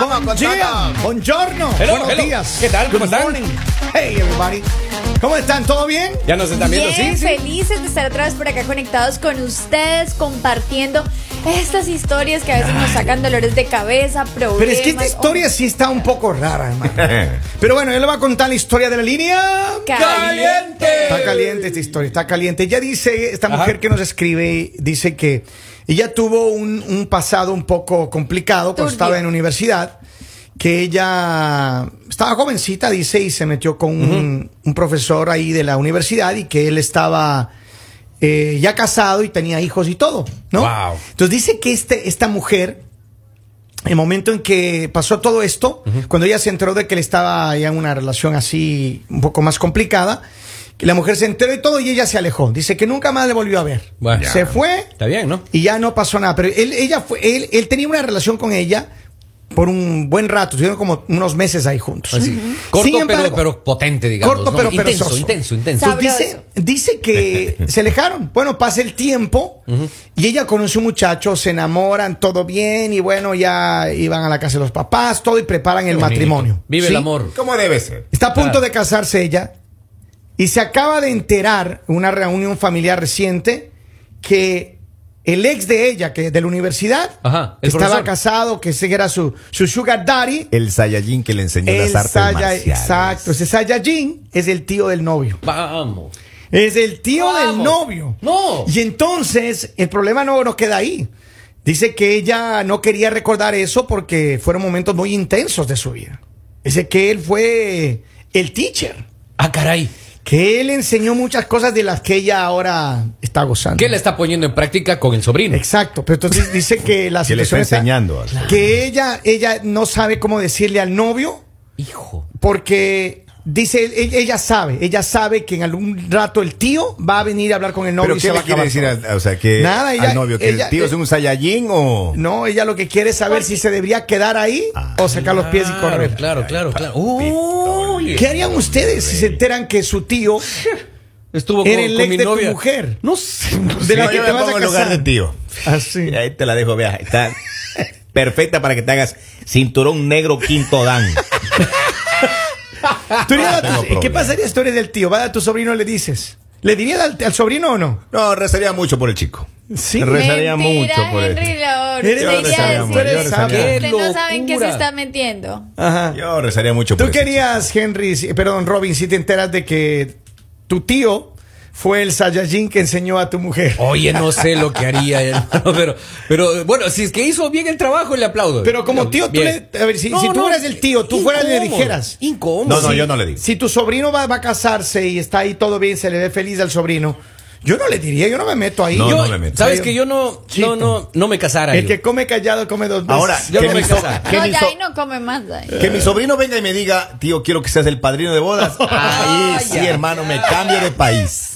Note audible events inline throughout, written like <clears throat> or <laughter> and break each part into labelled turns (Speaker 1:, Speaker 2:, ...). Speaker 1: matata.
Speaker 2: Buongiorno.
Speaker 1: Hello,
Speaker 2: Buenos
Speaker 1: hello.
Speaker 2: días.
Speaker 1: ¿Qué tal?
Speaker 2: Good
Speaker 1: ¿Cómo están?
Speaker 2: morning. Hey, everybody. ¿Cómo están? ¿Todo bien?
Speaker 1: Ya nos están viendo,
Speaker 3: Bien,
Speaker 1: sí, sí.
Speaker 3: felices de estar otra vez por acá conectados con ustedes, compartiendo estas historias que a veces nos sacan dolores de cabeza, problemas. oh,
Speaker 2: Pero es que esta historia sí está un poco rara,
Speaker 1: <laughs>
Speaker 2: hermano. Pero bueno, yo le voy a contar la historia de la línea.
Speaker 3: Caliente.
Speaker 2: Está caliente esta historia, está caliente. Ella dice, esta
Speaker 1: Ajá.
Speaker 2: mujer que nos escribe, dice que ella tuvo un, un pasado un poco complicado cuando
Speaker 3: Turbio.
Speaker 2: estaba en universidad, que ella estaba jovencita, dice, y se metió con un, un profesor ahí de la universidad y que él estaba eh, ya casado y tenía hijos y todo, ¿no?
Speaker 1: Wow.
Speaker 2: Entonces dice que este, esta mujer... El momento en que pasó todo esto, cuando ella se enteró de que él estaba ya en una relación así un poco más complicada, que la mujer se enteró y todo y ella se alejó. Dice que nunca más le volvió a ver.
Speaker 1: Bueno.
Speaker 2: se fue
Speaker 1: Está bien, ¿no?
Speaker 2: y ya no pasó nada. Pero él, ella fue, él, él tenía una relación con ella por un buen rato, estuvieron como unos meses ahí juntos. Sin
Speaker 1: Pues Corto, pero,
Speaker 2: embargo,
Speaker 1: pero potente, digamos.
Speaker 2: Corto,
Speaker 1: ¿no?
Speaker 2: pero
Speaker 1: intenso,
Speaker 2: perezoso.
Speaker 1: intenso, intenso.
Speaker 3: Sab-
Speaker 2: entonces dice,
Speaker 3: Sabroso.
Speaker 2: dice
Speaker 1: <laughs>
Speaker 2: que se alejaron. Bueno, pasa el tiempo y ella conoce un muchacho, se enamoran, todo bien y bueno, ya iban a la casa de los papás, todo y preparan el
Speaker 1: bonito.
Speaker 2: matrimonio.
Speaker 1: Vive
Speaker 2: ¿sí?
Speaker 1: el amor.
Speaker 4: ¿Cómo debe ser?
Speaker 2: Está a punto
Speaker 1: Claro.
Speaker 2: de casarse ella y se acaba de enterar en una reunión familiar reciente que el ex de ella, que de la universidad,
Speaker 1: Ajá, el
Speaker 2: que estaba
Speaker 1: profesor.
Speaker 2: casado, que ese era su, su sugar daddy.
Speaker 4: El Saiyajin que le enseñó
Speaker 2: El
Speaker 4: las artes
Speaker 2: Saya-
Speaker 4: marciales.
Speaker 2: exacto, ese Saiyajin es el tío del novio.
Speaker 1: Vamos.
Speaker 2: Es el tío del
Speaker 1: Vamos.
Speaker 2: novio.
Speaker 1: No.
Speaker 2: Y entonces el problema no nos queda ahí. Dice que ella no quería recordar eso porque fueron momentos muy intensos de su vida. Dice que él fue el teacher,
Speaker 1: Ah, caray.
Speaker 2: que él enseñó muchas cosas de las que ella ahora está gozando.
Speaker 1: ¿Qué le está poniendo en práctica con el sobrino?
Speaker 2: Exacto, pero entonces dice que la
Speaker 4: <laughs> Que le está
Speaker 2: situación
Speaker 4: enseñando.
Speaker 2: que ella ella no sabe cómo decirle al novio
Speaker 1: Hijo.
Speaker 2: porque dice e- ella sabe, ella sabe que en algún rato el tío va a venir a hablar con el novio
Speaker 4: ¿Pero
Speaker 2: y
Speaker 4: qué
Speaker 2: se va
Speaker 4: le
Speaker 2: a
Speaker 4: quiere
Speaker 2: acabar
Speaker 4: decir
Speaker 2: todo.
Speaker 4: al, o sea, que,
Speaker 2: Nada, ella-
Speaker 4: al novio? ¿Que
Speaker 2: ella-
Speaker 4: el tío es un Saiyajin o...?
Speaker 2: No, ella lo que quiere es saber si se debería quedar ahí o sacar los pies y correr.
Speaker 1: Claro, claro, claro. Uy.
Speaker 2: ¿Qué harían ustedes si se enteran que su tío
Speaker 1: Estuvo
Speaker 2: Era
Speaker 1: con,
Speaker 2: el
Speaker 1: con
Speaker 2: ex
Speaker 1: mi
Speaker 2: de tu
Speaker 1: novia.
Speaker 2: mujer.
Speaker 1: No sé. no
Speaker 2: de
Speaker 1: sé.
Speaker 2: la
Speaker 4: Sí,
Speaker 2: que
Speaker 4: yo
Speaker 2: te
Speaker 4: me
Speaker 2: vas a
Speaker 4: pongo en lugar
Speaker 2: casar? Ah,
Speaker 4: de tío.
Speaker 2: así?
Speaker 4: Ahí te la dejo, vea. Está <laughs> perfecta para que te hagas cinturón negro quinto dan.
Speaker 2: Tú irías a
Speaker 4: tengo
Speaker 2: tu- ¿Qué
Speaker 4: problema.
Speaker 2: pasaría si tú eres del tío? Va a tu sobrino y le dices. ¿Le dirías al, al sobrino o no?
Speaker 4: No, rezaría mucho por el chico.
Speaker 2: Sí.
Speaker 4: Rezaría
Speaker 3: Mentira,
Speaker 4: mucho por
Speaker 3: Henry
Speaker 4: él.
Speaker 3: Lord.
Speaker 2: Eres-
Speaker 3: Te
Speaker 4: Yo
Speaker 3: iría
Speaker 4: rezaría,
Speaker 3: a
Speaker 4: amor, yo
Speaker 3: decir,
Speaker 4: rezaría.
Speaker 3: Ustedes no saben que se
Speaker 1: Locura.
Speaker 3: está metiendo.
Speaker 2: Ajá.
Speaker 4: Yo rezaría mucho por
Speaker 2: Tú
Speaker 4: ese
Speaker 2: querías, Henry, si- perdón, Robin, si te enteras de que tu tío fue el Saiyajin que enseñó a tu mujer.
Speaker 1: Oye, no sé lo que haría, <laughs> hermano, pero, pero bueno, si es que hizo bien el trabajo, le aplaudo.
Speaker 2: Pero como tío, tú
Speaker 1: Bien.
Speaker 2: le- a ver, si- si tú eras el tío, tú fueras y le dijeras.
Speaker 1: Incómodo.
Speaker 4: chico. No, no,
Speaker 1: Sí.
Speaker 4: yo no le digo.
Speaker 2: Si tu sobrino va, va a casarse y está ahí todo bien, se le ve feliz al sobrino, yo no le diría, yo no me meto ahí.
Speaker 4: No,
Speaker 2: Yo-
Speaker 1: Yo-
Speaker 4: no le meto.
Speaker 1: Sabes que yo no,
Speaker 2: Chito.
Speaker 1: no, no, no me casara.
Speaker 2: el
Speaker 1: yo.
Speaker 2: que come callado come dos veces.
Speaker 4: Ahora,
Speaker 1: Yo
Speaker 4: que,
Speaker 1: no
Speaker 4: mi
Speaker 1: me
Speaker 4: so-
Speaker 1: casaba.
Speaker 4: que
Speaker 3: No,
Speaker 4: mi
Speaker 3: ya
Speaker 4: so-
Speaker 3: ahí no come más. Dai.
Speaker 4: que mi sobrino venga y me diga, tío, quiero que seas el padrino
Speaker 2: <laughs>
Speaker 4: de bodas.
Speaker 3: Ah,
Speaker 4: Ahí sí,
Speaker 1: ya.
Speaker 4: hermano, me cambio de país.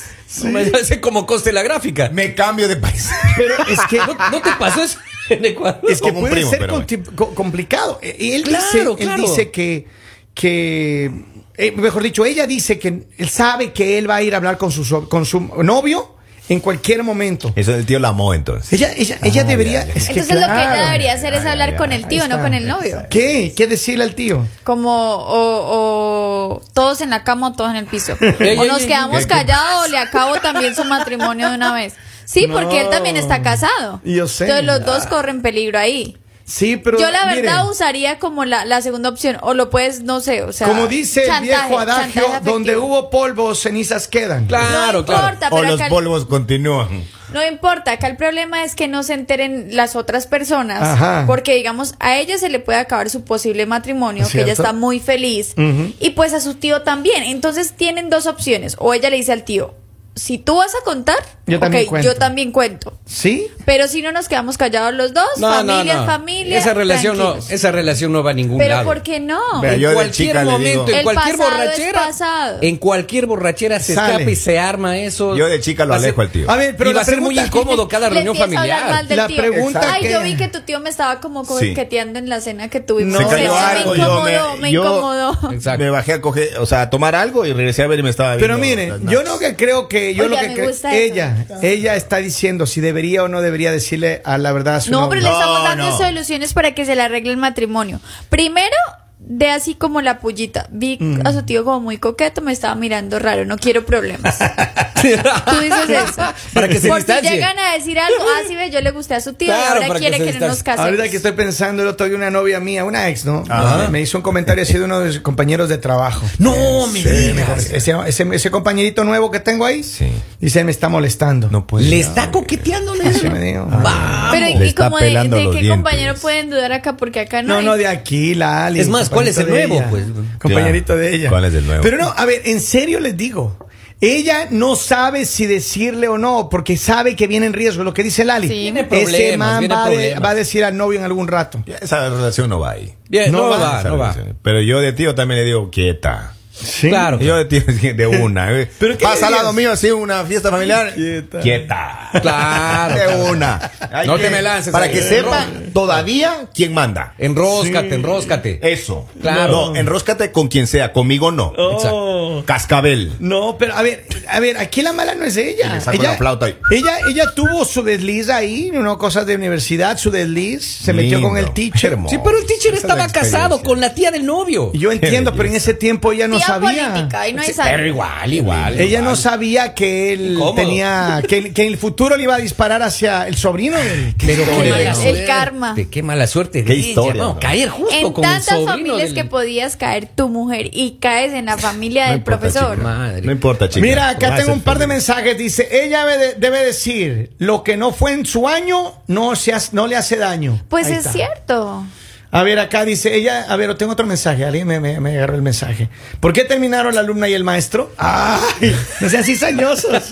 Speaker 1: No me <laughs> hace como coste la gráfica.
Speaker 4: Me cambio de país.
Speaker 2: pero es
Speaker 4: <laughs>
Speaker 2: que,
Speaker 1: <laughs> ¿No, no te pasó eso en Ecuador?
Speaker 2: es que
Speaker 4: Como un
Speaker 2: puede
Speaker 4: primo,
Speaker 2: ser
Speaker 4: pero
Speaker 2: conti- co- complicado. Eh, y Él,
Speaker 1: Claro,
Speaker 2: dice, él
Speaker 1: claro.
Speaker 2: dice que, que eh, mejor dicho, ella dice que él sabe que él va a ir a hablar con su, so- con su novio en cualquier momento.
Speaker 4: Eso del tío la amó entonces.
Speaker 2: Ella, ella, ella debería.
Speaker 4: ya, ya.
Speaker 2: es que
Speaker 3: Entonces lo que
Speaker 2: claro.
Speaker 3: ella debería hacer es
Speaker 4: Ya, ya,
Speaker 3: hablar
Speaker 4: ya.
Speaker 3: con el tío,
Speaker 2: Ahí
Speaker 3: no
Speaker 2: está.
Speaker 3: con el novio.
Speaker 2: ¿Qué? ¿Qué decirle al tío?
Speaker 3: Como o, o todos en la cama o todos en el piso.
Speaker 2: <laughs>
Speaker 1: ey,
Speaker 3: o nos
Speaker 1: ey,
Speaker 3: quedamos
Speaker 1: ¿qué- qué
Speaker 3: callados o le acabo también su matrimonio de una vez. Sí, porque él también está casado.
Speaker 2: Yo sé.
Speaker 3: Entonces los dos corren peligro ahí.
Speaker 2: Sí, pero.
Speaker 3: Yo la verdad
Speaker 2: miren,
Speaker 3: usaría como la, la segunda opción. O lo puedes, no sé, o sea.
Speaker 2: Como dice el
Speaker 3: chantaje,
Speaker 2: viejo adagio,
Speaker 3: chantaje afectivo.
Speaker 2: donde hubo polvo, cenizas quedan.
Speaker 1: <laughs> Claro,
Speaker 3: no
Speaker 1: claro.
Speaker 3: importa,
Speaker 4: O
Speaker 3: Ah, pero
Speaker 4: los
Speaker 3: acá,
Speaker 4: polvos continúan.
Speaker 3: no importa. Acá el problema es que no se enteren las otras personas.
Speaker 2: Ajá.
Speaker 3: Porque, digamos, a ella se le puede acabar su posible matrimonio, que
Speaker 2: ¿Cierto?
Speaker 3: ella está muy feliz. Y pues a su tío también. Entonces tienen dos opciones. O ella le dice al tío, si tú vas a contar,
Speaker 2: Yo también
Speaker 3: ok,
Speaker 2: cuento.
Speaker 3: yo también cuento.
Speaker 2: ¿Sí?
Speaker 3: Pero si no nos quedamos callados los dos, familia, familia.
Speaker 1: Esa relación no,
Speaker 3: tranquilos.
Speaker 1: esa relación no va a ningún
Speaker 3: Pero
Speaker 1: lado.
Speaker 3: ¿por qué no?
Speaker 4: Vea,
Speaker 1: en
Speaker 4: yo de
Speaker 1: cualquier
Speaker 4: chica le
Speaker 1: momento,
Speaker 4: digo-
Speaker 1: en
Speaker 3: El
Speaker 1: cualquier
Speaker 3: pasado es
Speaker 1: borrachera,
Speaker 3: pasado.
Speaker 1: en cualquier borrachera se
Speaker 2: Sale.
Speaker 1: escapa y se arma eso.
Speaker 4: Yo de chica lo
Speaker 1: Va a ser-
Speaker 4: alejo al tío.
Speaker 2: A ver, pero
Speaker 1: y va
Speaker 2: la
Speaker 1: a ser muy
Speaker 2: pregunta-
Speaker 1: incómodo cada
Speaker 3: <laughs> Le
Speaker 1: reunión
Speaker 3: empieza a hablar mal
Speaker 1: <laughs> familiar.
Speaker 3: del
Speaker 2: La
Speaker 3: tío.
Speaker 2: pregunta
Speaker 3: Ay,
Speaker 2: que-
Speaker 3: yo vi que tu tío me estaba como
Speaker 4: Sí.
Speaker 3: coqueteando en la cena que tuvimos.
Speaker 2: Se
Speaker 3: O sea,
Speaker 2: cayó algo,
Speaker 3: me
Speaker 2: yo
Speaker 3: incomodó,
Speaker 4: me-
Speaker 3: me
Speaker 4: yo-
Speaker 3: incomodó.
Speaker 1: Exacto.
Speaker 4: Me bajé a coger, o sea, a tomar algo y regresé a ver y me estaba
Speaker 2: Pero
Speaker 4: viendo las
Speaker 2: miren,
Speaker 4: naves.
Speaker 2: yo no que creo que yo
Speaker 3: Oiga,
Speaker 2: lo que
Speaker 3: me
Speaker 2: creo
Speaker 3: gusta eso.
Speaker 2: ella ella. Ella está diciendo si debería o no debería decirle a la verdad a su
Speaker 3: No,
Speaker 2: novio.
Speaker 3: pero le
Speaker 4: No,
Speaker 3: estamos dando
Speaker 4: no.
Speaker 3: soluciones para que se le arregle el matrimonio. Primero, de así como la pullita. Vi
Speaker 1: Mm.
Speaker 3: a su tío como muy coqueto, me estaba mirando raro, no quiero problemas.
Speaker 1: <laughs>
Speaker 3: Tú dices eso.
Speaker 1: Para que se
Speaker 3: Por si
Speaker 1: distancie.
Speaker 3: llegan a decir algo, ah, sí, ve, yo le gusté a su tío
Speaker 1: Claro,
Speaker 3: y ahora
Speaker 1: para que
Speaker 3: quiere
Speaker 1: se
Speaker 3: que, no nos
Speaker 1: distancie.
Speaker 3: casemos.
Speaker 2: Ahorita que estoy pensando, el otro día una novia mía, una ex, ¿no?
Speaker 1: Ajá.
Speaker 2: Me hizo un comentario así de uno de sus compañeros de trabajo.
Speaker 1: No, me digas.
Speaker 2: Ese, ese- ese compañerito nuevo que tengo ahí,
Speaker 4: Sí.
Speaker 2: dice, me está molestando.
Speaker 4: No puede
Speaker 1: Le
Speaker 4: ser.
Speaker 1: está coqueteando
Speaker 2: Así me dijo.
Speaker 1: Ah.
Speaker 3: Pero,
Speaker 4: Le
Speaker 3: ¿y
Speaker 4: está
Speaker 3: como de,
Speaker 4: pelando
Speaker 3: de
Speaker 4: los
Speaker 3: qué
Speaker 4: dientes.
Speaker 3: compañero pueden dudar acá? Porque acá no.
Speaker 2: No,
Speaker 3: hay.
Speaker 2: no, de aquí, la Ali.
Speaker 1: Es más, ¿cuál es el
Speaker 2: compañerito de
Speaker 1: nuevo,
Speaker 2: ella.
Speaker 1: pues?
Speaker 2: Compañerito
Speaker 4: Claro.
Speaker 2: de ella.
Speaker 4: ¿Cuál es el nuevo?
Speaker 2: Pero no, a ver, en serio les digo. Ella no sabe si decirle o no, porque sabe que viene en riesgo lo que dice Lali.
Speaker 3: Sí. Viene
Speaker 2: Ese
Speaker 1: problemas,
Speaker 2: man
Speaker 1: viene
Speaker 2: va, de-
Speaker 1: problemas.
Speaker 2: va a decir al novio en algún rato.
Speaker 4: Ya Esa relación no va ahí.
Speaker 1: Bien,
Speaker 2: No
Speaker 1: no,
Speaker 2: va,
Speaker 1: va,
Speaker 4: Esa
Speaker 1: Ah, no va.
Speaker 4: relación. Pero yo de tío también le digo quieta.
Speaker 2: Sí.
Speaker 1: Claro.
Speaker 4: Yo de tío <laughs> de una. ¿eh?
Speaker 1: <laughs>
Speaker 2: ¿Pero qué
Speaker 4: Pasa al lado
Speaker 2: dirías?
Speaker 4: mío así una fiesta familiar.
Speaker 2: Quieta.
Speaker 4: Quieta.
Speaker 1: Claro.
Speaker 4: De una. Hay
Speaker 1: No te me lances
Speaker 4: Para
Speaker 1: ahí.
Speaker 4: que sepa todavía quién manda.
Speaker 1: Enróscate, enróscate.
Speaker 4: Eso.
Speaker 1: Claro. Oh.
Speaker 4: No, enróscate con quien sea, conmigo no.
Speaker 1: Exacto.
Speaker 4: Cascabel.
Speaker 2: No, pero a ver, a ver, aquí la mala no es ella.
Speaker 4: Y le saco
Speaker 2: ella,
Speaker 4: la flauta y-
Speaker 2: ella, ella tuvo su desliz ahí, ¿no? Cosas de universidad, su desliz, se metió
Speaker 4: Lindo.
Speaker 2: con el teacher.
Speaker 4: Hermoso.
Speaker 1: Sí, pero el teacher
Speaker 4: Esa es la
Speaker 1: estaba casado
Speaker 4: experiencia.
Speaker 1: con la tía del novio.
Speaker 2: Y Yo entiendo,
Speaker 4: belleza.
Speaker 2: pero en ese tiempo ella no
Speaker 3: Tía
Speaker 2: sabía.
Speaker 3: política, y no hay
Speaker 1: Sí,
Speaker 3: sal-
Speaker 1: pero igual, igual.
Speaker 2: Ella no
Speaker 1: igual.
Speaker 2: sabía que él
Speaker 1: Incómodo.
Speaker 2: tenía, que, el- que en el futuro le iba a disparar hacia el sobrino de él.
Speaker 1: Pero
Speaker 3: Qué
Speaker 1: qué
Speaker 3: mala
Speaker 1: mala
Speaker 3: suerte.
Speaker 1: suerte. Qué mala suerte. de
Speaker 4: Qué
Speaker 1: ella,
Speaker 4: historia,
Speaker 1: no,
Speaker 4: ¿no?
Speaker 1: caer justo
Speaker 3: En
Speaker 1: con el
Speaker 3: tantas
Speaker 1: sobrino
Speaker 3: familias
Speaker 1: del-
Speaker 3: que podías caer tu mujer y
Speaker 1: <laughs>
Speaker 3: caes en la familia
Speaker 4: No
Speaker 3: del
Speaker 4: importa,
Speaker 3: profesor.
Speaker 4: chica.
Speaker 1: Madre.
Speaker 4: No importa, chica.
Speaker 2: Mira, acá
Speaker 4: Vas a
Speaker 2: tengo
Speaker 4: ser
Speaker 2: un par de
Speaker 4: feliz.
Speaker 2: mensajes. Dice, ella debe, debe decir, lo que no fue en su año no, se hace- no le hace daño.
Speaker 3: Pues
Speaker 2: Ahí
Speaker 3: es
Speaker 2: está.
Speaker 3: cierto.
Speaker 2: A ver, acá dice ella, a ver, tengo otro mensaje, alguien me, me, me agarró el mensaje. ¿Por qué terminaron la alumna y el maestro? ¡Ay! No sean cizañosos.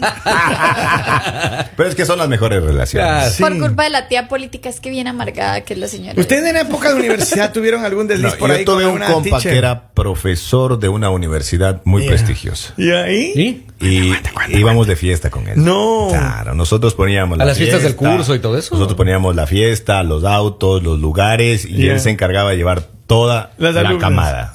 Speaker 4: Pero es que son las mejores relaciones.
Speaker 1: Ah,
Speaker 2: Sí.
Speaker 3: <laughs> Por culpa de la tía política, es que bien amargada que es la señora.
Speaker 2: ¿Ustedes en época de universidad tuvieron algún
Speaker 4: No,
Speaker 2: desliz por
Speaker 4: yo
Speaker 2: ahí
Speaker 4: tuve
Speaker 2: con
Speaker 4: un
Speaker 2: una
Speaker 4: compa
Speaker 2: teacher?
Speaker 4: que era profesor de una universidad muy
Speaker 2: Yeah.
Speaker 4: prestigiosa.
Speaker 2: ¿Y ahí?
Speaker 1: ¿Sí?
Speaker 4: Y íbamos de fiesta con él.
Speaker 2: No.
Speaker 4: Claro, nosotros poníamos
Speaker 1: A
Speaker 4: la
Speaker 1: las fiestas del
Speaker 4: fiesta,
Speaker 1: curso y todo eso.
Speaker 4: Nosotros poníamos la fiesta, los autos, los lugares y
Speaker 2: Yeah.
Speaker 4: él se encargaba de llevar toda
Speaker 2: Las
Speaker 4: la
Speaker 2: alumnas. <laughs>
Speaker 4: camada.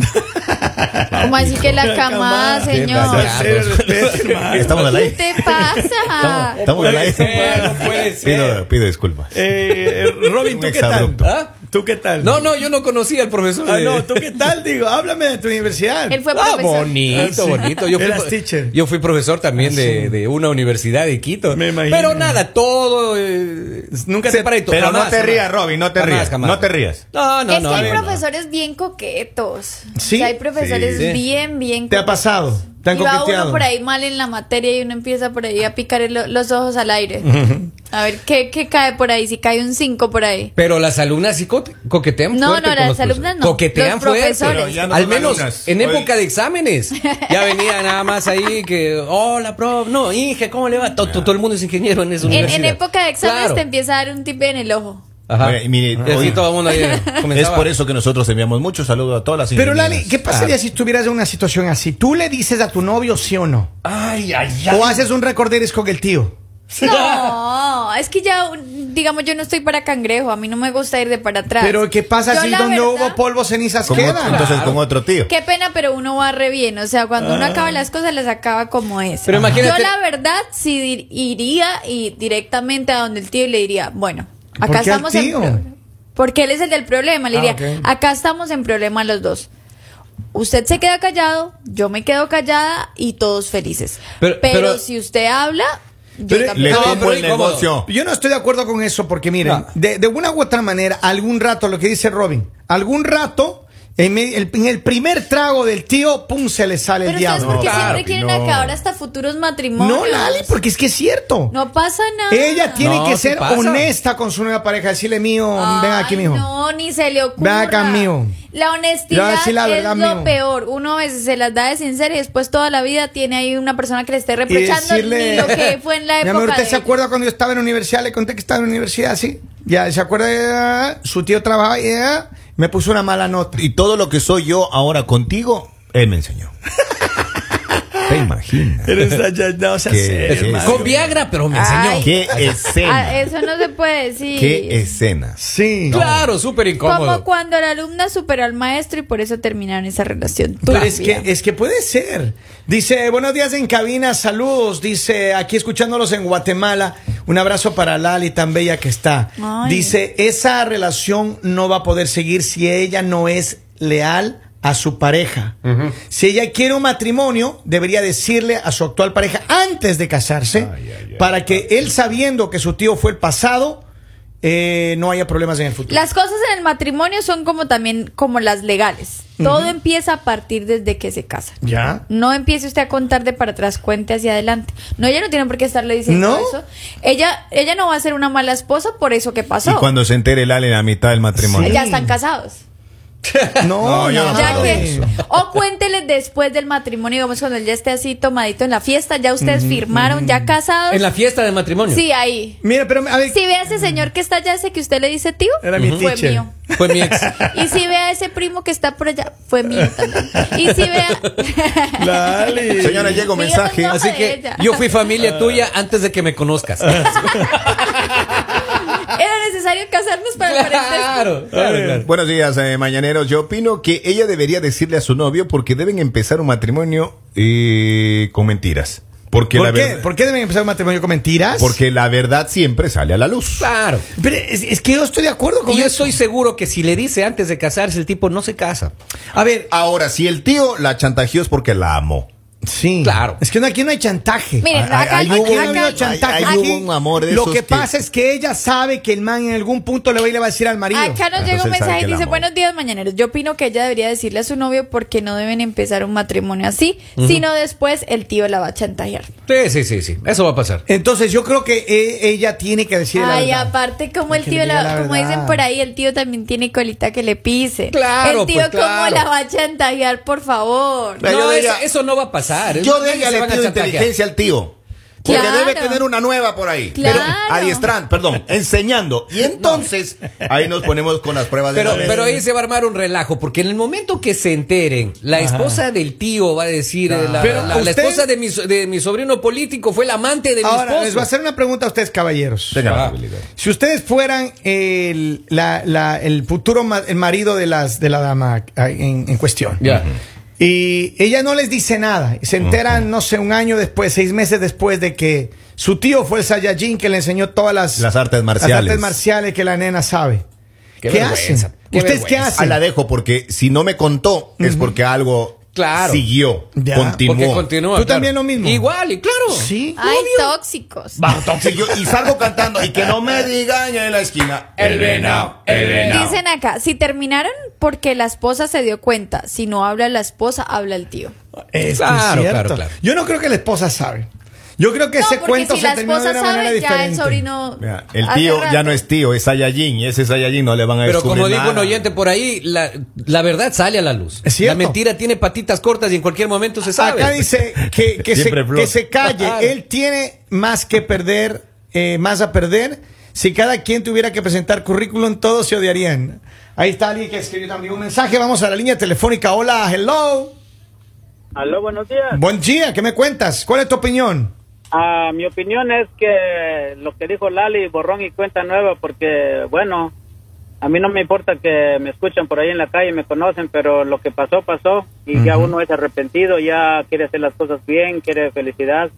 Speaker 3: Como así que la camada,
Speaker 1: Qué
Speaker 3: señor.
Speaker 1: bacán.
Speaker 4: <laughs> Estamos al
Speaker 3: ¿Qué
Speaker 4: aire.
Speaker 1: <laughs>
Speaker 3: te pasa?
Speaker 4: Estamos al aire.
Speaker 1: ser, no puede ser.
Speaker 4: Pido, pido disculpas.
Speaker 2: Eh, eh, Robin,
Speaker 4: Un
Speaker 2: ¿tú qué tal?
Speaker 4: exabrupto.
Speaker 1: ¿Ah?
Speaker 2: ¿Tú qué tal?
Speaker 1: No, no, yo no conocía al profesor.
Speaker 2: Ah,
Speaker 1: de-
Speaker 2: no, ¿tú qué tal? Digo, háblame de tu universidad.
Speaker 3: Él fue
Speaker 1: Ah,
Speaker 3: profesor.
Speaker 2: Ah, sí.
Speaker 1: bonito, bonito. Yo
Speaker 2: Eras
Speaker 1: fui,
Speaker 2: teacher.
Speaker 1: yo fui profesor
Speaker 4: Ah,
Speaker 1: también de, de una universidad de Quito.
Speaker 2: Me imagino.
Speaker 1: Pero nada, todo. eh,
Speaker 2: Nunca te-
Speaker 1: separadito,
Speaker 4: Pero no
Speaker 1: jamás,
Speaker 4: te
Speaker 1: jamás.
Speaker 4: rías, Robin, no te
Speaker 1: Jamás,
Speaker 4: rías.
Speaker 1: jamás.
Speaker 4: No te rías.
Speaker 1: No, no,
Speaker 3: es
Speaker 1: no.
Speaker 3: que hay
Speaker 1: no, no.
Speaker 3: profesores bien coquetos.
Speaker 2: Sí.
Speaker 3: O sea, hay profesores
Speaker 1: Sí.
Speaker 3: bien, bien
Speaker 2: ¿Te ha pasado? ¿Te han
Speaker 3: y va
Speaker 2: coqueteado?
Speaker 3: uno por ahí mal en la materia y uno empieza por ahí a picar el- los ojos al aire. A ver, ¿qué, qué cae por ahí? Si cae un 5 por ahí.
Speaker 1: Pero las alumnas sí co- coquetean
Speaker 3: No,
Speaker 1: fuerte.
Speaker 3: no,
Speaker 1: con
Speaker 3: las
Speaker 1: los
Speaker 3: alumnas
Speaker 1: profesores.
Speaker 3: no,
Speaker 1: Coquetean
Speaker 3: los
Speaker 1: fuerte.
Speaker 3: profesores. Pero
Speaker 4: ya no
Speaker 1: Al
Speaker 4: son
Speaker 1: menos
Speaker 4: alumnas.
Speaker 1: en
Speaker 4: Hoy-
Speaker 1: época de exámenes. Ya venía nada más ahí que, hola, prof. No, Inge, ¿cómo le va? To- to- Todo, el mundo es ingeniero en esa
Speaker 3: En, en
Speaker 1: universidad.
Speaker 3: época de exámenes
Speaker 1: Claro.
Speaker 3: te empieza a dar un tip en el ojo.
Speaker 1: Ajá.
Speaker 4: Oye, y mire,
Speaker 1: Y así
Speaker 4: oye,
Speaker 1: todo el mundo ahí
Speaker 4: <laughs> Es
Speaker 1: comenzaba.
Speaker 4: por eso que nosotros enviamos muchos saludos a todas las
Speaker 2: Pero
Speaker 4: ingenieras.
Speaker 2: Lali, ¿qué pasaría si estuvieras en una situación así? ¿Tú le dices a tu novio sí o no?
Speaker 1: Ay, ay,
Speaker 2: ¿O
Speaker 1: ay.
Speaker 2: haces un recorderis con el tío? <laughs>
Speaker 3: No, es que ya, digamos, yo no estoy para cangrejo. A mí no me gusta ir de para atrás.
Speaker 2: Pero ¿qué pasa
Speaker 3: Yo,
Speaker 2: si
Speaker 3: la
Speaker 2: donde
Speaker 3: verdad,
Speaker 2: hubo polvo, cenizas
Speaker 4: Con otro-
Speaker 2: quedan?
Speaker 4: entonces con otro tío.
Speaker 3: Qué pena, pero uno va re bien. O sea, cuando
Speaker 2: Ah.
Speaker 3: uno acaba las cosas, las acaba como es.
Speaker 1: Pero imagínate-
Speaker 3: Yo, la verdad, sí dir- iría y directamente a donde el tío y le diría, bueno, acá
Speaker 2: ¿Por qué al
Speaker 3: estamos en
Speaker 2: tío?
Speaker 3: pro- Porque él es el del problema. Le
Speaker 2: Ah,
Speaker 3: diría,
Speaker 2: ok.
Speaker 3: acá estamos en problema los dos. Usted se queda callado, yo me quedo callada y todos felices. Pero,
Speaker 1: Pero- pero-
Speaker 3: si usted habla, yo
Speaker 2: Pero-
Speaker 4: Le
Speaker 3: también.
Speaker 1: No,
Speaker 4: tumbo
Speaker 1: pero
Speaker 4: el
Speaker 1: incómodo.
Speaker 4: negocio.
Speaker 2: Yo no estoy de acuerdo con eso porque miren,
Speaker 1: No.
Speaker 2: de, de una u otra manera, algún rato, lo que dice Robin, algún rato, en me- el, en el primer trago del tío, pum, se le sale
Speaker 3: Pero
Speaker 2: el
Speaker 3: ustedes
Speaker 2: diablo.
Speaker 3: porque
Speaker 1: No,
Speaker 3: siempre
Speaker 1: claro,
Speaker 3: quieren
Speaker 4: no.
Speaker 3: acabar hasta futuros matrimonios.
Speaker 2: No, Lali, porque es que es cierto.
Speaker 3: No pasa nada.
Speaker 2: Ella tiene
Speaker 1: No,
Speaker 2: que
Speaker 1: sí
Speaker 2: ser
Speaker 1: pasa.
Speaker 2: honesta con su nueva pareja, decirle mío, ven aquí,
Speaker 3: Ay,
Speaker 2: mijo.
Speaker 3: No, ni se le ocurra.
Speaker 2: Ven acá, mijo. Le
Speaker 3: La
Speaker 2: voy a
Speaker 3: honestidad
Speaker 2: decir la verdad,
Speaker 3: es lo
Speaker 2: mijo.
Speaker 3: peor. Uno a veces se las da de sincera y después toda la vida tiene ahí una persona que le esté
Speaker 2: Y
Speaker 3: reprochando
Speaker 2: decirle,
Speaker 3: ni
Speaker 2: <laughs>
Speaker 3: lo que fue en la
Speaker 2: mi
Speaker 3: época.
Speaker 2: amor, ¿usted
Speaker 3: de
Speaker 2: se
Speaker 3: él.
Speaker 2: acuerda cuando yo estaba en la universidad? Le conté que estaba en la universidad, sí. Ya, ¿se acuerda? Ya, su tío trabajaba, ya, me puso una mala nota.
Speaker 4: Y todo lo que soy yo ahora contigo, él me enseñó. te imaginas?
Speaker 2: Eres allá, no seas
Speaker 4: ¿Qué?
Speaker 2: serio,
Speaker 4: ¿Qué?
Speaker 2: hermano.
Speaker 1: Con Viagra, pero me enseñó.
Speaker 3: Ay.
Speaker 4: ¿Qué
Speaker 3: Ah,
Speaker 4: escena?
Speaker 3: eso no se puede decir.
Speaker 4: ¿Qué escenas?
Speaker 2: Sí.
Speaker 1: Claro, súper
Speaker 3: Como
Speaker 1: incómodo.
Speaker 3: cuando la alumna superó al maestro y por eso terminaron esa relación.
Speaker 2: Pero es
Speaker 3: turbia.
Speaker 2: que, es que puede ser. Dice, buenos días en cabina, saludos. Dice, aquí escuchándolos en Guatemala. Un abrazo para Lali, tan bella que está.
Speaker 3: Ay.
Speaker 2: Dice, esa relación no va a poder seguir si ella no es leal a su pareja. Si ella quiere un matrimonio, debería decirle a su actual pareja antes de casarse, para que él sabiendo que su tío fue el pasado, eh, no haya problemas en el futuro.
Speaker 3: Las cosas en el matrimonio son como también como las legales. Todo empieza a partir desde que se casan.
Speaker 2: ¿Ya?
Speaker 3: No empiece usted a contar de para atrás, cuente hacia adelante. No, ella no tiene por qué estarle diciendo
Speaker 2: ¿No?
Speaker 3: eso. Ella, ella no va a ser una mala esposa por eso que pasó.
Speaker 4: Y cuando se entere el Ale en la mitad del matrimonio.
Speaker 3: Ya están casados.
Speaker 2: No,
Speaker 4: No, yo no
Speaker 2: no,
Speaker 3: Ya
Speaker 4: claro,
Speaker 3: que-
Speaker 4: eso.
Speaker 3: o cuéntele después del matrimonio, digamos, cuando él ya esté así tomadito en la fiesta, ya ustedes firmaron, ya casados.
Speaker 1: En la fiesta de matrimonio.
Speaker 3: Sí, ahí.
Speaker 2: Mira, pero a ver,
Speaker 3: Si ve a ese señor que está allá, ese que usted le dice tío,
Speaker 2: Era mi
Speaker 3: fue
Speaker 2: teacher.
Speaker 3: mío.
Speaker 1: Fue mi ex.
Speaker 3: Y si ve a ese primo que está por allá, fue mío también. Y si ve a...
Speaker 2: Lali.
Speaker 4: Señora, llega
Speaker 3: Díganos
Speaker 4: un mensaje.
Speaker 3: no.
Speaker 1: Así
Speaker 3: de
Speaker 1: que
Speaker 3: ella.
Speaker 1: yo fui familia
Speaker 4: Ah.
Speaker 1: tuya antes de que me conozcas.
Speaker 3: Era necesario casarnos para el parentesco.
Speaker 1: claro, claro, claro.
Speaker 4: Buenos días, eh, mañaneros. Yo opino que ella debería decirle a su novio porque deben empezar un matrimonio eh, con mentiras. Porque la
Speaker 2: ¿Por qué?
Speaker 4: verdad,
Speaker 2: ¿Por qué deben empezar un matrimonio con mentiras?
Speaker 4: porque la verdad siempre sale a la luz.
Speaker 1: Claro.
Speaker 2: Pero es, es que yo estoy de acuerdo con
Speaker 1: Y yo
Speaker 2: eso.
Speaker 1: estoy seguro que si le dice antes de casarse, el tipo no se casa.
Speaker 2: A ver,
Speaker 4: Ahora, si el tío la chantajeó es porque la amó.
Speaker 2: sí.
Speaker 1: Claro.
Speaker 2: Es que no- aquí no hay chantaje.
Speaker 3: Miren,
Speaker 4: Ay,
Speaker 3: acá,
Speaker 4: ay,
Speaker 2: Aquí
Speaker 4: hubo-
Speaker 2: ah, no ha
Speaker 3: acá-
Speaker 2: habido
Speaker 4: ay,
Speaker 2: chantaje.
Speaker 4: ay,
Speaker 2: Aquí
Speaker 4: hubo un amor de
Speaker 2: lo
Speaker 4: esos
Speaker 2: que
Speaker 4: que-
Speaker 2: pasa es que ella sabe que el man en algún punto le va y le va a decir al marido.
Speaker 3: acá nos llega
Speaker 4: Ah,
Speaker 3: un
Speaker 4: entonces sabe
Speaker 3: mensaje
Speaker 4: que
Speaker 3: y
Speaker 4: la
Speaker 3: dice,
Speaker 4: amó.
Speaker 3: buenos días mañaneros. Yo opino que ella debería decirle a su novio porque no deben empezar un matrimonio así, sino después el tío la va a chantajear.
Speaker 1: Sí, sí, sí, sí. Eso va a pasar.
Speaker 2: Entonces yo creo que e- ella tiene que decir la
Speaker 3: Ay,
Speaker 2: verdad.
Speaker 3: aparte como el
Speaker 2: Que le
Speaker 3: tío,
Speaker 2: diga
Speaker 3: la-
Speaker 2: la
Speaker 3: como
Speaker 2: verdad.
Speaker 3: dicen por ahí, el tío también tiene colita que le pise.
Speaker 1: Claro,
Speaker 3: El tío
Speaker 1: pues,
Speaker 3: cómo
Speaker 1: claro.
Speaker 3: la va a chantajear, por favor.
Speaker 4: Pero
Speaker 1: no,
Speaker 4: yo de
Speaker 1: eso,
Speaker 4: ella-
Speaker 1: eso no va a pasar. Es
Speaker 4: Yo
Speaker 1: verdad
Speaker 4: de
Speaker 1: que
Speaker 4: ella
Speaker 1: se
Speaker 4: le
Speaker 1: van a
Speaker 4: pido
Speaker 1: chantajear.
Speaker 4: inteligencia al tío. Porque
Speaker 3: Claro.
Speaker 4: debe tener una nueva por ahí.
Speaker 3: Claro.
Speaker 4: Pero adiestrando, perdón, enseñando. Y entonces, ahí nos ponemos con las pruebas de
Speaker 1: Pero,
Speaker 4: la ley.
Speaker 1: pero ahí se va a armar un relajo, porque en el momento que se enteren, la esposa del tío va a decir, eh, la,
Speaker 2: Pero
Speaker 1: la- la
Speaker 2: usted-
Speaker 1: esposa de mi, so- de mi sobrino político fue la amante de mi
Speaker 2: Ahora,
Speaker 1: esposo.
Speaker 2: les voy a hacer una pregunta a ustedes, caballeros.
Speaker 4: Tenga la
Speaker 1: Ah.
Speaker 4: habilidad.
Speaker 2: Si ustedes fueran el, la- la- el futuro ma- el marido de, las, de la dama ah, en, en cuestión.
Speaker 1: Ya.
Speaker 2: Y ella no les dice nada. Se enteran, no sé, un año después, seis meses después de que su tío fue el Saiyajin que le enseñó todas las,
Speaker 4: Las artes
Speaker 2: las
Speaker 4: marciales.
Speaker 2: artes marciales que la nena sabe. ¿Qué,
Speaker 1: Qué
Speaker 2: hacen?
Speaker 1: vergüenza, qué
Speaker 2: ¿Ustedes qué
Speaker 1: vergüenza.
Speaker 4: Ah,
Speaker 2: hacen?
Speaker 4: la dejo porque si no me contó es porque algo
Speaker 1: Claro.
Speaker 4: siguió,
Speaker 2: Ya.
Speaker 1: Porque
Speaker 4: continuó.
Speaker 1: continúa.
Speaker 2: Tú también lo mismo.
Speaker 1: Igual, y claro.
Speaker 2: Sí.
Speaker 3: Ay, tóxicos.
Speaker 4: Entonces yo- y salgo cantando y que no me digan en la esquina. El venado, el venado.
Speaker 3: Dicen acá, si terminaron porque la esposa se dio cuenta, si no habla la esposa, habla el tío.
Speaker 2: Es
Speaker 1: Claro,
Speaker 2: cierto.
Speaker 1: claro, claro.
Speaker 2: Yo no creo que la esposa sabe. Yo creo que
Speaker 3: No,
Speaker 2: ese
Speaker 3: porque
Speaker 2: cuento
Speaker 3: si
Speaker 2: se
Speaker 3: la
Speaker 2: terminó de
Speaker 3: esposa
Speaker 2: una manera
Speaker 3: sabe, ya el
Speaker 2: diferente.
Speaker 3: sobrino...
Speaker 4: Mira, el
Speaker 3: hace
Speaker 4: tío ya
Speaker 3: rato.
Speaker 4: no es tío, es Saiyajin y ese Saiyajin no le van a
Speaker 1: Pero como
Speaker 4: descubrir
Speaker 1: dijo un
Speaker 4: nada.
Speaker 1: oyente por ahí, la, la verdad sale a la luz.
Speaker 2: Es cierto.
Speaker 1: La mentira tiene patitas cortas y en cualquier momento se sabe.
Speaker 2: Acá dice que, que se,
Speaker 4: Siempre flor.
Speaker 2: que se calle.
Speaker 1: Claro.
Speaker 2: Él tiene más que perder, eh, más a perder. Si cada quien tuviera que presentar currículum, todos se odiarían. Ahí está alguien que escribió también un mensaje. Vamos a la línea telefónica. Hola, hello.
Speaker 5: Aló, buenos días.
Speaker 2: Buen día, ¿qué me cuentas? ¿Cuál es tu opinión?
Speaker 5: Ah, mi opinión es que lo que dijo Lali, borrón y cuenta nueva, porque, bueno, a mí no me importa que me escuchan por ahí en la calle, me conocen, pero lo que pasó, pasó, y ya uno es arrepentido, ya quiere hacer las cosas bien, quiere felicidad.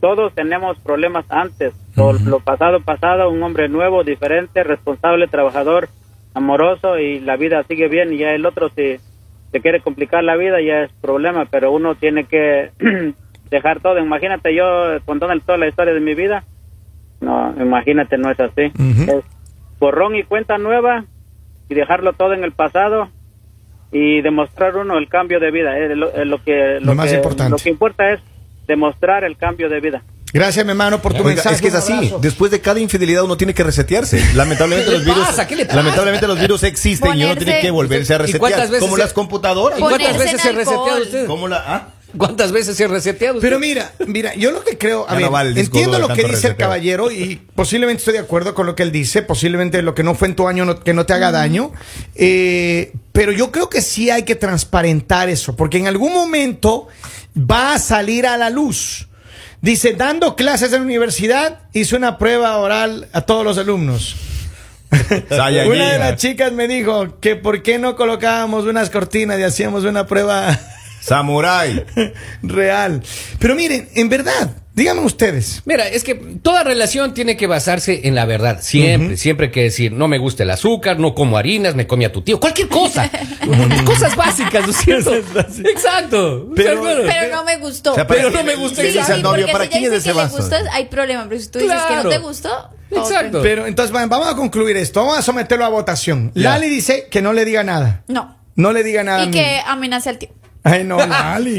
Speaker 5: Todos tenemos problemas antes, por lo pasado, pasado, un hombre nuevo, diferente, responsable, trabajador, amoroso, y la vida sigue bien, y ya el otro si se quiere complicar la vida, ya es problema, pero uno tiene que <clears throat> dejar todo. Imagínate yo contando toda la historia de mi vida, no, imagínate, no es así. Es borrón y cuenta nueva y dejarlo todo en el pasado y demostrar uno el cambio de vida. eh, lo, eh, lo que,
Speaker 2: Lo más
Speaker 5: que-
Speaker 2: importante.
Speaker 5: Lo que importa es demostrar el cambio de vida.
Speaker 2: Gracias, mi hermano, por tu
Speaker 4: Oiga,
Speaker 2: mensaje.
Speaker 4: es que es
Speaker 2: Un
Speaker 4: así.
Speaker 2: abrazo.
Speaker 4: Después de cada infidelidad uno tiene que resetearse. Lamentablemente
Speaker 1: ¿Qué le
Speaker 4: los virus,
Speaker 1: pasa? ¿Qué le pasa?
Speaker 4: lamentablemente los virus existen y uno
Speaker 3: Ponerse-
Speaker 4: tiene que volverse a
Speaker 1: ¿Y
Speaker 4: resetear.
Speaker 1: cuántas veces
Speaker 4: como
Speaker 1: se-
Speaker 4: las computadoras.
Speaker 1: ¿Y cuántas
Speaker 3: Ponerse
Speaker 1: veces
Speaker 3: en
Speaker 1: se
Speaker 3: alcohol.
Speaker 1: resetea usted?
Speaker 4: ¿Cómo la? ah?
Speaker 1: ¿Cuántas veces se resetea usted?
Speaker 2: Pero mira, mira, yo lo que creo, a
Speaker 4: Ya no
Speaker 2: ver,
Speaker 4: vale el disco
Speaker 2: entiendo
Speaker 4: duro de
Speaker 2: lo que dice
Speaker 4: tanto
Speaker 2: el
Speaker 4: reseteo.
Speaker 2: caballero y posiblemente estoy de acuerdo con lo que él dice, posiblemente lo que no fue en tu año no- que no te haga daño, eh, pero yo creo que sí hay que transparentar eso, porque en algún momento va a salir a la luz. Dice, dando clases en la universidad, hice una prueba oral a todos los
Speaker 4: <laughs>
Speaker 2: alumnos.
Speaker 4: Sayanina.
Speaker 2: Una de las chicas me dijo que por qué no colocábamos unas cortinas y hacíamos una prueba
Speaker 4: Samurai.
Speaker 2: <laughs> real. Pero miren, en verdad, díganme ustedes.
Speaker 1: Mira, es que toda relación tiene que basarse en la verdad. Siempre, siempre hay que decir, no me gusta el azúcar, no como harinas, me comí a tu tío. Cualquier cosa. Cosas básicas, ¿no es cierto? Exacto. O sea,
Speaker 2: Pero-
Speaker 1: claro.
Speaker 3: Pero no me gustó.
Speaker 4: O sea,
Speaker 1: Pero
Speaker 4: ¿para
Speaker 1: no
Speaker 4: qué
Speaker 1: me gusta
Speaker 4: le
Speaker 1: esa-
Speaker 4: dices al novio,
Speaker 3: porque
Speaker 4: ¿para
Speaker 3: si
Speaker 4: quién
Speaker 3: ya
Speaker 4: es
Speaker 3: dice
Speaker 4: ese
Speaker 3: que le
Speaker 4: vaso?
Speaker 3: gustas, hay problema. Pero si tú dices que no
Speaker 1: Claro.
Speaker 3: te gustó,
Speaker 1: Exacto. <laughs>
Speaker 3: ok.
Speaker 2: Pero entonces va- vamos a concluir esto, vamos a someterlo a votación.
Speaker 1: Ya.
Speaker 2: Lali dice que no le diga nada.
Speaker 3: No.
Speaker 2: No le diga nada. a
Speaker 3: Y
Speaker 2: mí.
Speaker 3: que amenace al tío.
Speaker 2: Ay, no,
Speaker 3: <laughs>
Speaker 2: Lali.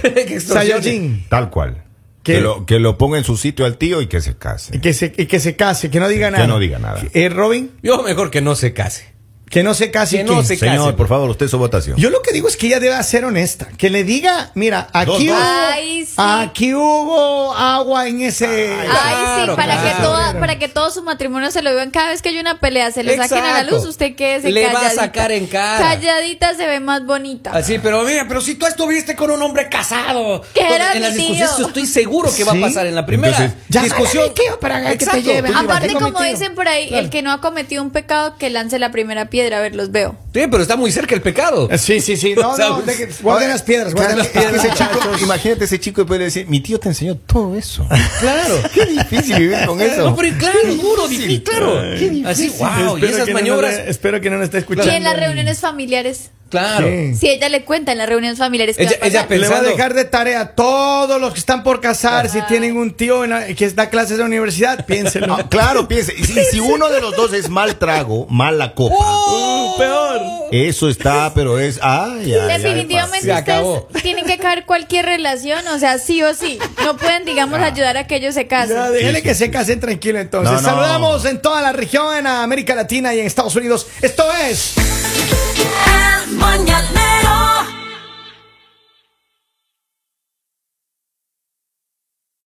Speaker 1: Que extorsione.
Speaker 2: Sayajin.
Speaker 4: Mm, Tal cual.
Speaker 2: ¿Qué?
Speaker 4: Que lo, que lo ponga en su sitio al tío y que se case.
Speaker 2: Y que se, y que se case, que no diga
Speaker 4: Que
Speaker 2: nada.
Speaker 4: no diga nada.
Speaker 2: Eh, Robin,
Speaker 1: Yo mejor que no se case.
Speaker 2: que no se case.
Speaker 1: Que
Speaker 2: ¿y
Speaker 1: no
Speaker 2: qué?
Speaker 1: se
Speaker 4: Señor,
Speaker 1: case.
Speaker 4: por favor, usted su votación.
Speaker 2: Yo lo que digo es que ella debe ser honesta. Que le diga, mira, aquí,
Speaker 4: dos.
Speaker 2: hubo,
Speaker 3: Ay, sí.
Speaker 2: aquí hubo agua en ese... Ah,
Speaker 3: Ay,
Speaker 1: claro,
Speaker 3: sí, para,
Speaker 1: claro.
Speaker 3: que toda, para que todo su matrimonio se lo vean cada vez que hay una pelea, se lo saquen a la
Speaker 1: Exacto.
Speaker 3: luz, usted que se
Speaker 1: Le va a
Speaker 3: calladita.
Speaker 1: sacar en cara.
Speaker 3: Calladita se ve más bonita.
Speaker 1: Así, pero mira, pero si tú estuviste con un hombre casado.
Speaker 3: Que
Speaker 1: Entonces,
Speaker 3: era
Speaker 1: en
Speaker 3: mi
Speaker 1: las discusiones
Speaker 3: tío.
Speaker 1: estoy seguro que va
Speaker 2: Sí.
Speaker 1: a pasar en la primera
Speaker 4: Entonces,
Speaker 2: llámale a mi
Speaker 1: discusión.
Speaker 2: tío para que te
Speaker 1: Exacto, pues,
Speaker 2: lleve.
Speaker 1: tú
Speaker 2: Aparte,
Speaker 3: Aparte,
Speaker 1: llévate.
Speaker 3: como
Speaker 2: cometido.
Speaker 3: dicen por ahí,
Speaker 1: Claro.
Speaker 3: el que no ha cometido un pecado, que lance la primera piedra, a ver, los veo.
Speaker 1: Sí, pero está muy cerca el pecado.
Speaker 2: Sí, sí, sí.
Speaker 4: <laughs>
Speaker 2: No,
Speaker 1: O sea,
Speaker 2: no, de que- guarden las piedras, guarden las
Speaker 4: Es que
Speaker 2: piedras.
Speaker 4: ese chico- imagínate ese chico y puede decir, mi tío te enseñó todo <laughs> eso.
Speaker 1: Claro.
Speaker 4: Qué difícil vivir con
Speaker 1: <laughs>
Speaker 4: eso.
Speaker 1: No, pero claro, duro, difícil, claro. Así, wow, y
Speaker 2: Espero que
Speaker 1: esas
Speaker 2: no nos-
Speaker 1: maniobras.
Speaker 2: espero que no nos esté escuchando.
Speaker 3: Y en las reuniones familiares,
Speaker 1: Claro.
Speaker 2: Sí.
Speaker 3: si ella le cuenta en las reuniones familiares que
Speaker 1: Ella-
Speaker 3: va a pasar,
Speaker 1: ella
Speaker 2: Le va a
Speaker 1: Pensando-
Speaker 2: dejar de tarea a todos los que están por casar, si tienen un tío en la- que da clases en la universidad,
Speaker 3: <laughs>
Speaker 2: piénsenlo.
Speaker 4: Ah, claro, piense. Y si, si uno de los dos es mal trago, mala copa.
Speaker 2: peor.
Speaker 4: Eso está, pero es. Ay, ay, ay,
Speaker 3: Definitivamente
Speaker 1: Se acabó.
Speaker 3: ustedes tienen que caer cualquier relación, o sea, sí o sí. No pueden, digamos, ayudar a que ellos se casen.
Speaker 2: Ya, déjenle
Speaker 4: Sí, sí,
Speaker 2: que
Speaker 4: sí.
Speaker 2: se casen tranquilo entonces.
Speaker 4: No, no.
Speaker 2: Saludamos en toda la región, en América Latina y en Estados Unidos. Esto es.
Speaker 6: Quiero